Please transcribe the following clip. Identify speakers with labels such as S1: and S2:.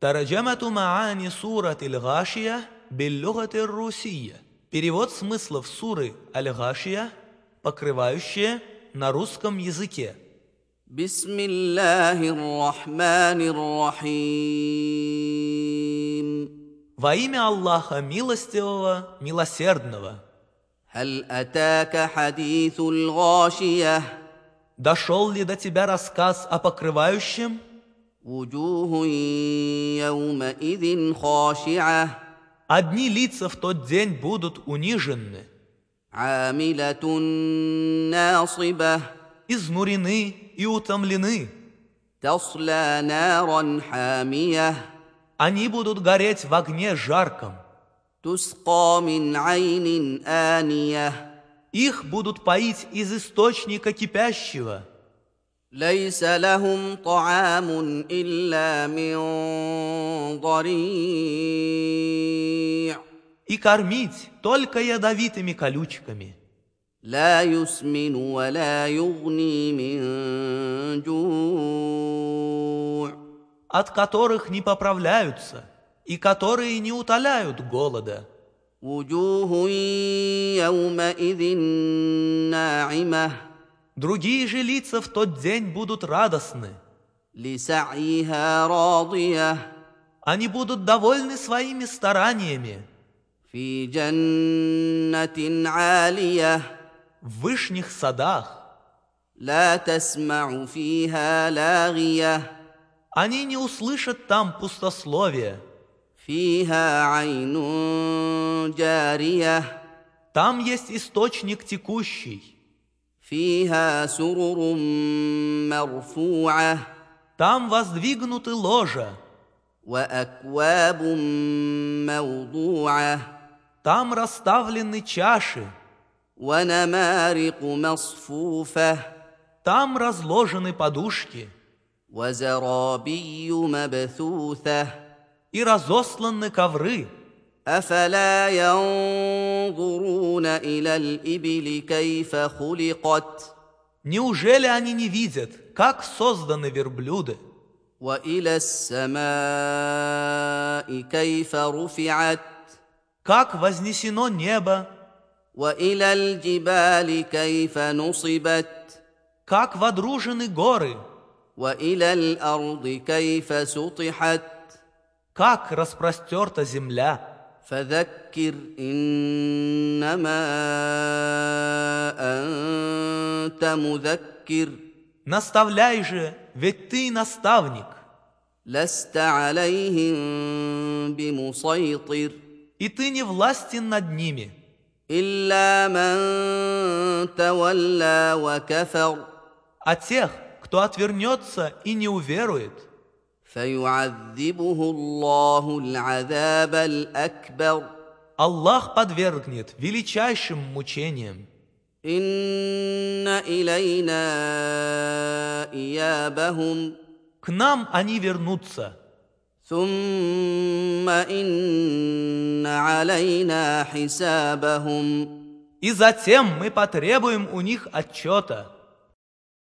S1: Тарджамату маани сурат Аль-Гашия биллюгат Руссия. Перевод смыслов суры Аль-Гашия, покрывающая на русском языке.
S2: بسم الله الرحمن الرحيم
S1: Во имя Аллаха Милостивого, Милосердного.
S2: هل أتاك حديث الغاشية
S1: Дошел ли до тебя рассказ о покрывающем?
S2: وجوه يومئذ خاشعة
S1: Одни лица в тот день будут унижены,
S2: عاملة ناصبة
S1: изнурены и утомлены.
S2: تصلى نارا حامية
S1: Они будут гореть в огне жарком.
S2: تسقى من عين آنية
S1: Их будут поить из источника кипящего.
S2: ليس لهم طعام إلا من ضريع
S1: и кормить только ядовитыми колючками.
S2: لا يسمن ولا يغني من جوع
S1: от которых не поправляются и которые не утоляют голода.
S2: وجوه يومئذ ناعمة
S1: Другие же лица в тот день будут радостны.
S2: لسعيها راضية
S1: Они будут довольны своими стараниями
S2: في جنة عالية
S1: в вышних садах.
S2: لا تسمع فيها لاغية
S1: Они не услышат там пустословия.
S2: فيها عين جارية
S1: Там есть источник текущий.
S2: فيها سرر مرفوعة
S1: Там воздвигнуты ложа.
S2: وأكواب موضوعة
S1: Там расставлены чаши.
S2: ونمارق مصفوفة
S1: Там разложены подушки.
S2: وزرابي مبثوثة
S1: И разосланы ковры.
S2: أفلا ينظرون إلى الإبل كيف خلقت
S1: Неужели они не видят, как созданы верблюды,
S2: وإلى السماء كيف رفعت
S1: как вознесено небо,
S2: وإلى الجبال كيف نصبت
S1: как водружены горы,
S2: وإلى الأرض كيف سطحت
S1: как распростерта земля?
S2: فذكر إنما أنت مذكر
S1: Наставляй же, ведь ты наставник,
S2: لست عليهم بمسيطر
S1: и ты не властен над ними,
S2: إلا من تولى وكفر
S1: а тех, кто отвернется и не уверует,
S2: فيعذبه الله العذاب الأكبر
S1: Аллах подвергнет величайшим мучениям.
S2: إن إلينا إيابهم
S1: К нам они вернутся,
S2: ثم إن علينا حسابهم
S1: и затем мы потребуем у них отчета.